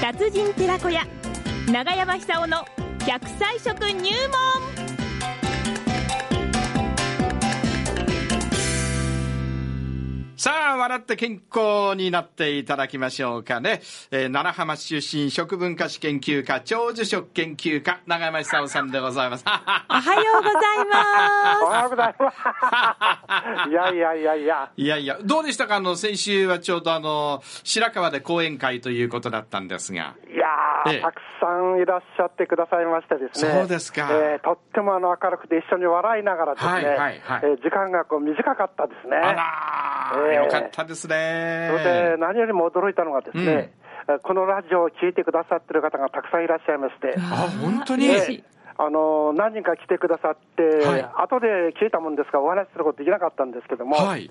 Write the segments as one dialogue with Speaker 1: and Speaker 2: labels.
Speaker 1: 達人寺子屋長山久夫の百歳食入門
Speaker 2: さあ、笑って健康になっていただきましょうかね。えー、奈良浜市出身食文化史研究家、長寿食研究家、長山久夫さんでございます。
Speaker 1: おはようござい
Speaker 3: お
Speaker 1: ま
Speaker 3: はようございます。いやいやいやいや。
Speaker 2: いやいや、どうでしたかあの、先週はちょうどあの、白川で講演会ということだったんですが。
Speaker 3: いやー、
Speaker 2: ええ
Speaker 3: たくさんいらっしゃってくださいましてですね。
Speaker 2: そうですか
Speaker 3: えーとってもあの明るくて一緒に笑いながらですね。
Speaker 2: はいはいはい
Speaker 3: えー時間がこう短かったですね。
Speaker 2: あらー、
Speaker 3: ええ
Speaker 2: よかったです
Speaker 3: それ
Speaker 2: ね
Speaker 3: で。何よりも驚いたのがですね、えーこのラジオを聞いてくださってる方がたくさんいらっしゃいま して。
Speaker 2: あ、本当に
Speaker 1: 嬉しい
Speaker 3: あのー何人か来てくださって、
Speaker 2: はい
Speaker 3: 後で聞いたもんですから、お話しすることできなかったんですけども、
Speaker 2: はい。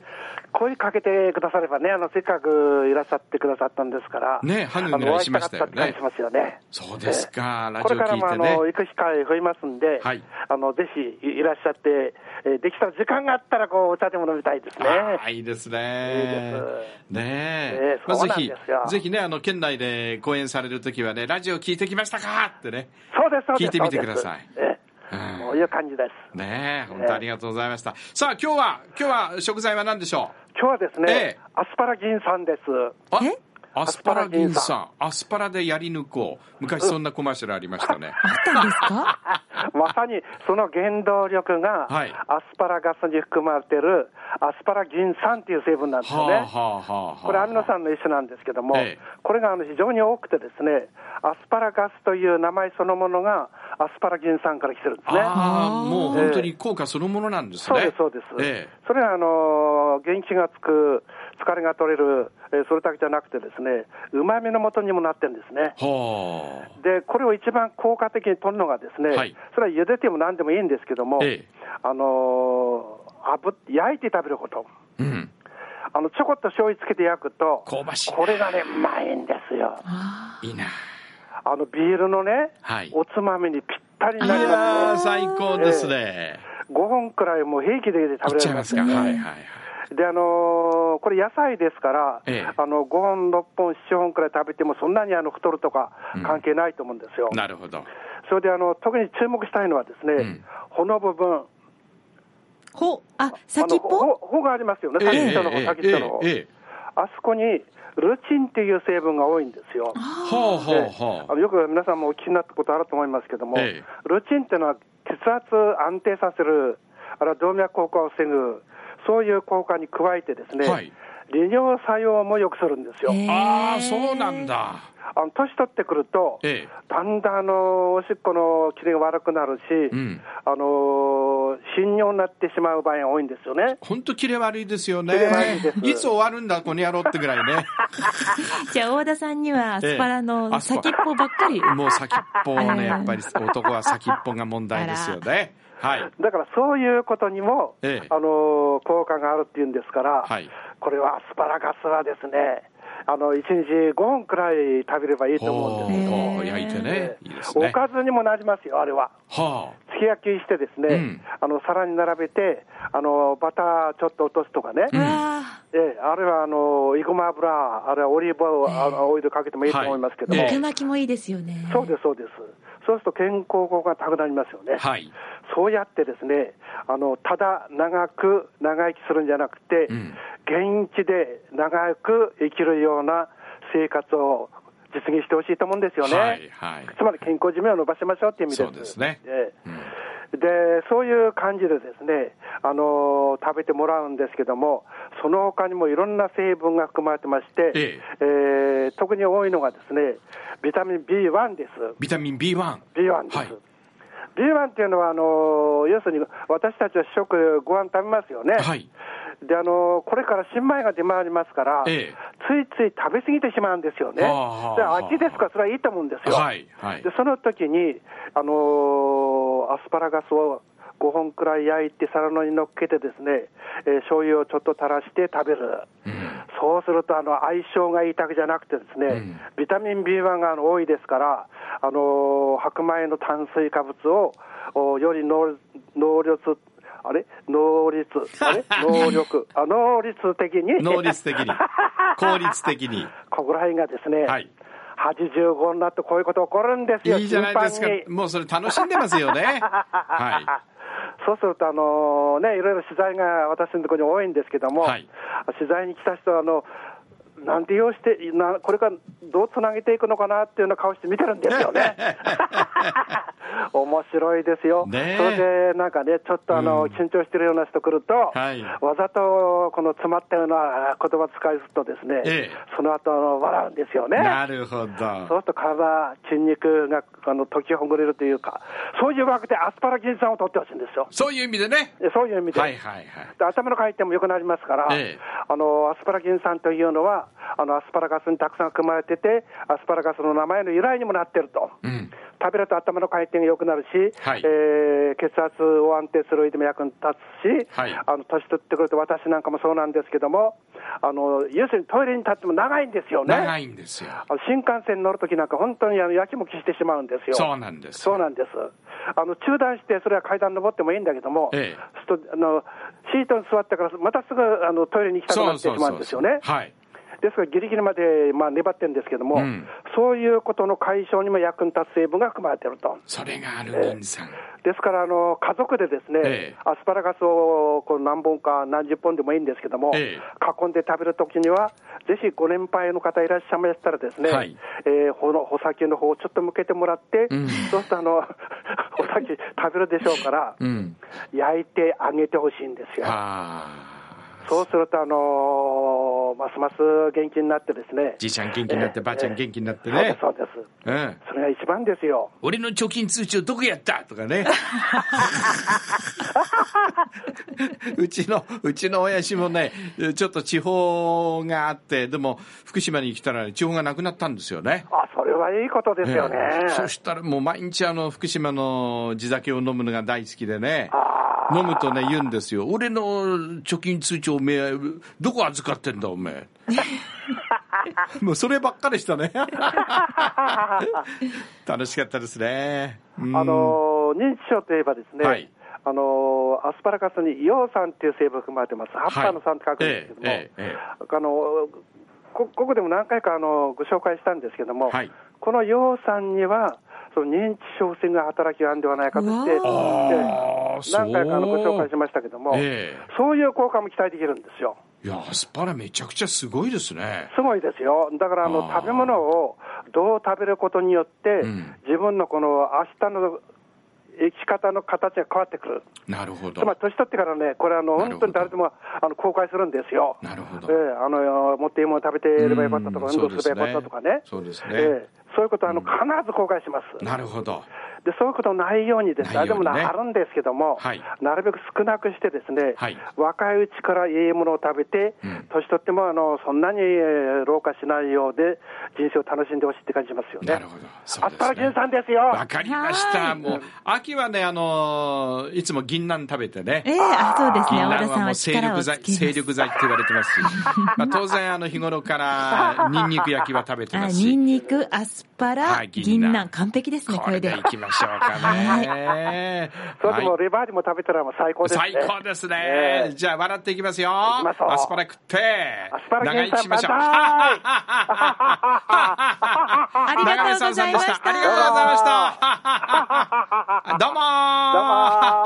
Speaker 3: 声かけてくださればね、あのせっかくいらっしゃってくださったんですから、
Speaker 2: ねえハグお願いしましたよね
Speaker 3: あのお会いたかったって感じしますよね。
Speaker 2: そうですか、ラ
Speaker 3: こ
Speaker 2: ジ
Speaker 3: れ
Speaker 2: オ
Speaker 3: から
Speaker 2: 聞
Speaker 3: もあ
Speaker 2: いてね
Speaker 3: の。行く機会増えますんで、
Speaker 2: はい
Speaker 3: あのぜひいらっしゃって、えーできた時間があったらこうお茶でも飲みたいですね。
Speaker 2: ああいいですね。
Speaker 3: い
Speaker 2: ねえ
Speaker 3: ええ。
Speaker 2: まあ
Speaker 3: そう
Speaker 2: ぜ
Speaker 3: なん
Speaker 2: ひ
Speaker 3: ですよ、
Speaker 2: ぜひね、あの、県内で講演されるときはね、ラジオ聞いてきましたかってね。
Speaker 3: そうですそうです。
Speaker 2: 聞いてみてください
Speaker 3: そうですえ
Speaker 2: うん
Speaker 3: えこういう感じです。
Speaker 2: ねえ、本当ありがとうございました。さあ、今日は、今日は食材は何でしょ
Speaker 3: 今日はですね、
Speaker 2: ええ
Speaker 3: アスパラギン酸です。
Speaker 2: うあ
Speaker 1: え
Speaker 2: アスパラギン酸。アスパラでやり抜こう。昔そんなコマーシャルありました ね。
Speaker 1: すあったんですか
Speaker 3: まさにその原動力が、
Speaker 2: はい
Speaker 3: アスパラガスに含まれているアスパラギン酸っていう成分なんです
Speaker 2: は
Speaker 3: よね。
Speaker 2: あはあはあはあ。
Speaker 3: これ、アミノ酸の一種なんですけども、
Speaker 2: ええ
Speaker 3: これがあの非常に多くてですね、アスパラガスという名前そのものが、アスパラギン酸から来てるんですね。
Speaker 2: ああ、もう本当に効果そのものなんです
Speaker 3: そう
Speaker 2: ね。
Speaker 3: です、そうです。
Speaker 2: ええ
Speaker 3: それはあのー元気がつく、疲れが取れる、えーそれだけじゃなくてですね、うまみのもとにもなってるんですね。
Speaker 2: はあ。
Speaker 3: で、これを一番効果的に取るのがですね、
Speaker 2: はい
Speaker 3: それは茹でても何でもいいんですけども、
Speaker 2: ええ
Speaker 3: あのー炙って焼いて食べること。
Speaker 2: うん。
Speaker 3: あの、ちょこっと醤油つけて焼くと、
Speaker 2: 香ばしい
Speaker 3: これがね、うまいんですよ。
Speaker 2: いいな。
Speaker 3: あのビールのね、
Speaker 2: はい
Speaker 3: おつまみにぴったりになり
Speaker 2: あ
Speaker 3: ま
Speaker 2: あ、
Speaker 3: すね。
Speaker 2: 最高ですね。
Speaker 3: 5本くらいもう平気で食
Speaker 2: いっ
Speaker 3: べ
Speaker 2: ち
Speaker 3: ら
Speaker 2: ゃいま
Speaker 3: れますす
Speaker 2: か。
Speaker 3: よ
Speaker 2: は
Speaker 3: ね
Speaker 2: いはいはい。
Speaker 3: で、あのーこれ野菜ですから、
Speaker 2: ええ
Speaker 3: あの5本、6本、7本くらい食べても、そんなにあの太るとか関係ないと思うんですよ。
Speaker 2: なるほど。
Speaker 3: それであの、特に注目したいのはですね、
Speaker 2: うん
Speaker 3: 穂の部分。
Speaker 1: ほあ
Speaker 3: あ
Speaker 1: 先
Speaker 3: の
Speaker 1: っぽ
Speaker 3: 穂穂がありますよね、
Speaker 2: ええ
Speaker 3: 先っちょの
Speaker 2: え
Speaker 3: 方、
Speaker 2: え
Speaker 3: 先っちょの方
Speaker 2: ええええ
Speaker 3: あそこにルチンっていう成分が多いんですよ。
Speaker 2: はあ
Speaker 3: で
Speaker 2: はあ
Speaker 3: あ
Speaker 2: は
Speaker 3: のよく皆さんもお聞きになったことあると思いますけども、
Speaker 2: ええ
Speaker 3: ルチンっていうのは血圧安定させる、あるいは動脈硬化を防ぐ、そういう効果に加えてですね、
Speaker 2: はい
Speaker 3: 利尿作用も良くするんですよ。
Speaker 1: え
Speaker 2: あ。ああ、そうなんだ。
Speaker 3: あの年取ってくると、
Speaker 2: ええ
Speaker 3: だんだんあのおしっこのキレが悪くなるし、
Speaker 2: うん
Speaker 3: あの頻尿になってしまう場合が多いんですよね。
Speaker 2: 本当キレ悪いですよね
Speaker 3: キレ悪いで。す
Speaker 2: いつ終わるんだ、この野郎ってぐらいね。
Speaker 1: じゃあ大田さんにはアスパラ
Speaker 2: ええ
Speaker 1: の
Speaker 2: アスパラ
Speaker 1: 先っぽばっかり
Speaker 2: もう先っぽを
Speaker 1: あら
Speaker 2: ね、やっぱり男は先っぽが問題ですよね。はい。
Speaker 3: だからそういうことにも、
Speaker 2: ええ
Speaker 3: あの効果があるっていうんですから、
Speaker 2: はい
Speaker 3: これはアスパラガスはですね、あの1日5本くらい食べればいいと思うんですよ。
Speaker 2: ほう、
Speaker 1: へえ
Speaker 2: 焼いてね。いいです
Speaker 3: お
Speaker 2: ね。
Speaker 3: かずにもなりますよ、あれは。
Speaker 2: はあ。
Speaker 3: すき焼きしてですね、
Speaker 2: うん
Speaker 3: あの皿に並べて、あのバターちょっと落とすとかね、
Speaker 1: うわ
Speaker 3: ええあるいはあのいごま油、あるいはオリーブオイル,、オイルかけてもいいと思いますけども、
Speaker 2: はいええ
Speaker 1: 肉巻きもいいですよね
Speaker 3: そうです、そうです、そうすると健康効果が高くなりますよね。
Speaker 2: はい。
Speaker 3: そうやってですね、あのただ長く長生きするんじゃなくて、
Speaker 2: うん
Speaker 3: 現役で長く生きるような生活を実現してほしいと思うんですよね。
Speaker 2: はいはい
Speaker 3: つまり健康寿命を伸ばしましょうっていう意味です。
Speaker 2: そうですね
Speaker 3: ええ
Speaker 2: うん
Speaker 3: でそういう感じでですね、あの食べてもらうんですけども、その他にもいろんな成分が含まれてまして、
Speaker 2: え
Speaker 3: えー特に多いのがですね、ビタミン B1 です。
Speaker 2: ビタミン B1。
Speaker 3: B1 です。
Speaker 2: はい
Speaker 3: B1 っていうのはあの、要するに私たちは主食、ご飯食べますよね、
Speaker 2: はい。
Speaker 3: であのこれから新米が出回りますから、
Speaker 2: ええ
Speaker 3: ついつい食べ過ぎてしまうんですよね、
Speaker 2: はあはあ
Speaker 3: で
Speaker 2: はあ
Speaker 3: 秋ですから、それはいいと思うんですよ、
Speaker 2: はいはい
Speaker 3: でその時にあのアスパラガスを5本くらい焼いて、皿の上に乗っけて、ですね、えー醤油をちょっと垂らして食べる。
Speaker 2: うん
Speaker 3: そうするとあの相性がいいだけじゃなくてですね、
Speaker 2: うん
Speaker 3: ビタミン B1 があの多いですから、あのー白米の炭水化物をおより能能率あれ能率あ れ能力あ能率的に
Speaker 2: 能率的に。効率的に。
Speaker 3: ここら辺がですね、
Speaker 2: はい
Speaker 3: 85になってこういうこと起こるんですよ、
Speaker 2: いいじゃないですか
Speaker 3: 頻繁。に
Speaker 2: もうそれ楽しんでますよ ね。は
Speaker 3: そうすると、あのね、いろいろ取材が私のところに多いんですけども、
Speaker 2: はい
Speaker 3: 取材に来た人はあの、なんて利用してな、これからどうつなげていくのかなっていうような顔して見てるんですよね。 面白いですよ、
Speaker 2: ねえ
Speaker 3: それでなんかね、ちょっとあの、
Speaker 2: うん
Speaker 3: 緊張してるような人来ると、
Speaker 2: はい
Speaker 3: わざとこの詰まったような言葉使いするとですね、
Speaker 2: ええ
Speaker 3: その後あの笑うんですよ
Speaker 2: い。
Speaker 3: ね。
Speaker 2: なるほ
Speaker 3: そう
Speaker 2: ど。
Speaker 3: すると体、筋肉があの解きほぐれるというか、そういうわけでアスパラギン酸を取ってほしいんですよ。
Speaker 2: そういう意味でね。
Speaker 3: でそういう意味で。
Speaker 2: はいはいはい。
Speaker 3: で頭の回転も良くなりますから、
Speaker 2: ええ
Speaker 3: あのアスパラギン酸というのはあの、アスパラガスにたくさん含まれてて、アスパラガスの名前の由来にもなってると、
Speaker 2: うん。
Speaker 3: 食べると頭の回転が良くなるし、
Speaker 2: はい
Speaker 3: えー血圧を安定する上でも役に立つし、
Speaker 2: はい
Speaker 3: あの年取ってくると、私なんかもそうなんですけども、あの要するにトイレに立っても長いんですよね。
Speaker 2: 長いんですよ。
Speaker 3: あの新幹線に乗るときなんか、本当にあのやきもきしてしまうんですよ。
Speaker 2: そうなんです。
Speaker 3: そうなんですあの中断して、それは階段登ってもいいんだけども、
Speaker 2: ええ
Speaker 3: そうするとあのシートに座ってから、またすぐあのトイレに行きたくなってしまうんですよね。
Speaker 2: はい。
Speaker 3: ですから、ギリギリまで、まあ、粘ってるんですけども、
Speaker 2: うん
Speaker 3: そういうことの解消にも役に立つ成分が含まれていると。
Speaker 2: それがアルギン酸。
Speaker 3: ですからあの家族でですね、
Speaker 2: ええ
Speaker 3: アスパラガスをこう何本か何十本でもいいんですけども、
Speaker 2: ええ
Speaker 3: 囲んで食べるときには、ぜひご年配の方いらっしゃいましたら、ですね、
Speaker 2: はい
Speaker 3: えーほの穂先の方をちょっと向けてもらって、
Speaker 2: うん
Speaker 3: そうするとあの、 穂先食べるでしょうから、
Speaker 2: うん。
Speaker 3: 焼いてあげてほしいんですよ。
Speaker 2: ああ。
Speaker 3: そうすると、あのーますます元気になってですね。
Speaker 2: じいちゃん元気になって、
Speaker 3: ええ
Speaker 2: ばあちゃん元気になって
Speaker 3: ええ
Speaker 2: ね。
Speaker 3: そうです、そうです。
Speaker 2: うん。
Speaker 3: それが一番ですよ。
Speaker 2: 俺の貯金通帳どこやったとかね。うちの、うちの親父もね、ちょっと地方があって、でも福島に来たら地方がなくなったんですよね。
Speaker 3: あ、それはいいことですよね。
Speaker 2: ええそしたらもう毎日あの福島の地酒を飲むのが大好きでね。飲むとね言うんですよ。俺の貯金通帳おめえどこ預かってんだおめえ。 もうそればっかりしたね。 楽しかったですね。うん
Speaker 3: あのー認知症といえばですね、
Speaker 2: はい
Speaker 3: あのーアスパラガスに硫黄酸っていう成分が含まれてます、葉っぱの酸って書くんですけども、
Speaker 2: はいええええ
Speaker 3: あのーこここでも何回か、あのーご紹介したんですけども、
Speaker 2: はい
Speaker 3: この硫黄酸には、その認知症性の働きがあるんではないかとして、ええ
Speaker 2: あー
Speaker 3: 何回かあのご紹介しましたけども、
Speaker 2: え
Speaker 3: そういう効果も期待できるんですよ。
Speaker 2: えいや、アスパラめちゃくちゃすごいですね。
Speaker 3: すごいですよ、だからあの
Speaker 2: あー
Speaker 3: 食べ物をどう食べることによって、
Speaker 2: うん
Speaker 3: 自分のこの明日の生き方の形が変わってくる、
Speaker 2: なるほど
Speaker 3: つ。まり年取ってからね、これあの、
Speaker 2: なるほど
Speaker 3: 本当に誰でもあの公開するんですよ、
Speaker 2: なるほど
Speaker 3: ええあのもっといいもの食べていればよかったとか、
Speaker 2: うん
Speaker 3: 運動すればよかったとかね、
Speaker 2: そうですね
Speaker 3: ええそういうことはあの必ず公開します。
Speaker 2: なるほど。
Speaker 3: でそういうことないようにです、ね、
Speaker 2: ない
Speaker 3: で
Speaker 2: よう
Speaker 3: も
Speaker 2: にね
Speaker 3: なあるんですけども、
Speaker 2: はい
Speaker 3: なるべく少なくして、ですね、
Speaker 2: はい
Speaker 3: 若いうちからいいものを食べて、
Speaker 2: うん
Speaker 3: 年取ってもあのそんなにえー老化しないようで、人生を楽しんでほしいって感じますよね。
Speaker 2: なるほど。そ
Speaker 3: ア
Speaker 2: う
Speaker 3: ス
Speaker 2: で
Speaker 3: パ
Speaker 2: す
Speaker 3: ラギ
Speaker 2: ね
Speaker 3: ン。酸ですよ。
Speaker 2: わかりました。
Speaker 1: はい
Speaker 2: もう、秋はね、あのーいつも銀杏食べてね。
Speaker 1: ええあ、そうですね。
Speaker 2: 銀
Speaker 1: 小田
Speaker 2: 杏
Speaker 1: さん
Speaker 2: もう
Speaker 1: は
Speaker 2: 精
Speaker 1: 力
Speaker 2: 力
Speaker 1: をつ
Speaker 2: 剤、
Speaker 1: けます
Speaker 2: 精力剤って言われ てますし。まあ、当然、あの、日頃から、ニンニク焼きは食べて
Speaker 1: あ、
Speaker 2: ます
Speaker 1: ニ
Speaker 2: し。
Speaker 1: ンニク、アスパラ、
Speaker 2: はい銀
Speaker 1: 銀
Speaker 2: 杏
Speaker 1: 杏、完璧ですね、
Speaker 2: こ
Speaker 1: こ
Speaker 2: れ
Speaker 1: れで
Speaker 2: で。いきましょうかね。
Speaker 3: それでも
Speaker 2: はい
Speaker 3: レバーでも食べたらもう最高ですね。
Speaker 2: 最 高ですね。
Speaker 3: ええ
Speaker 2: じゃあ、笑っていきますよ。
Speaker 3: きましょう
Speaker 2: アスパラ食って。
Speaker 3: アスパラ
Speaker 2: 長
Speaker 3: ギ
Speaker 2: 生
Speaker 3: ン
Speaker 2: き
Speaker 3: 酸
Speaker 2: しま
Speaker 3: 万
Speaker 2: しょう。
Speaker 3: 歳。
Speaker 1: ありがとうございました
Speaker 2: 長谷川さんでありがとうございました。どうもー
Speaker 3: どうもー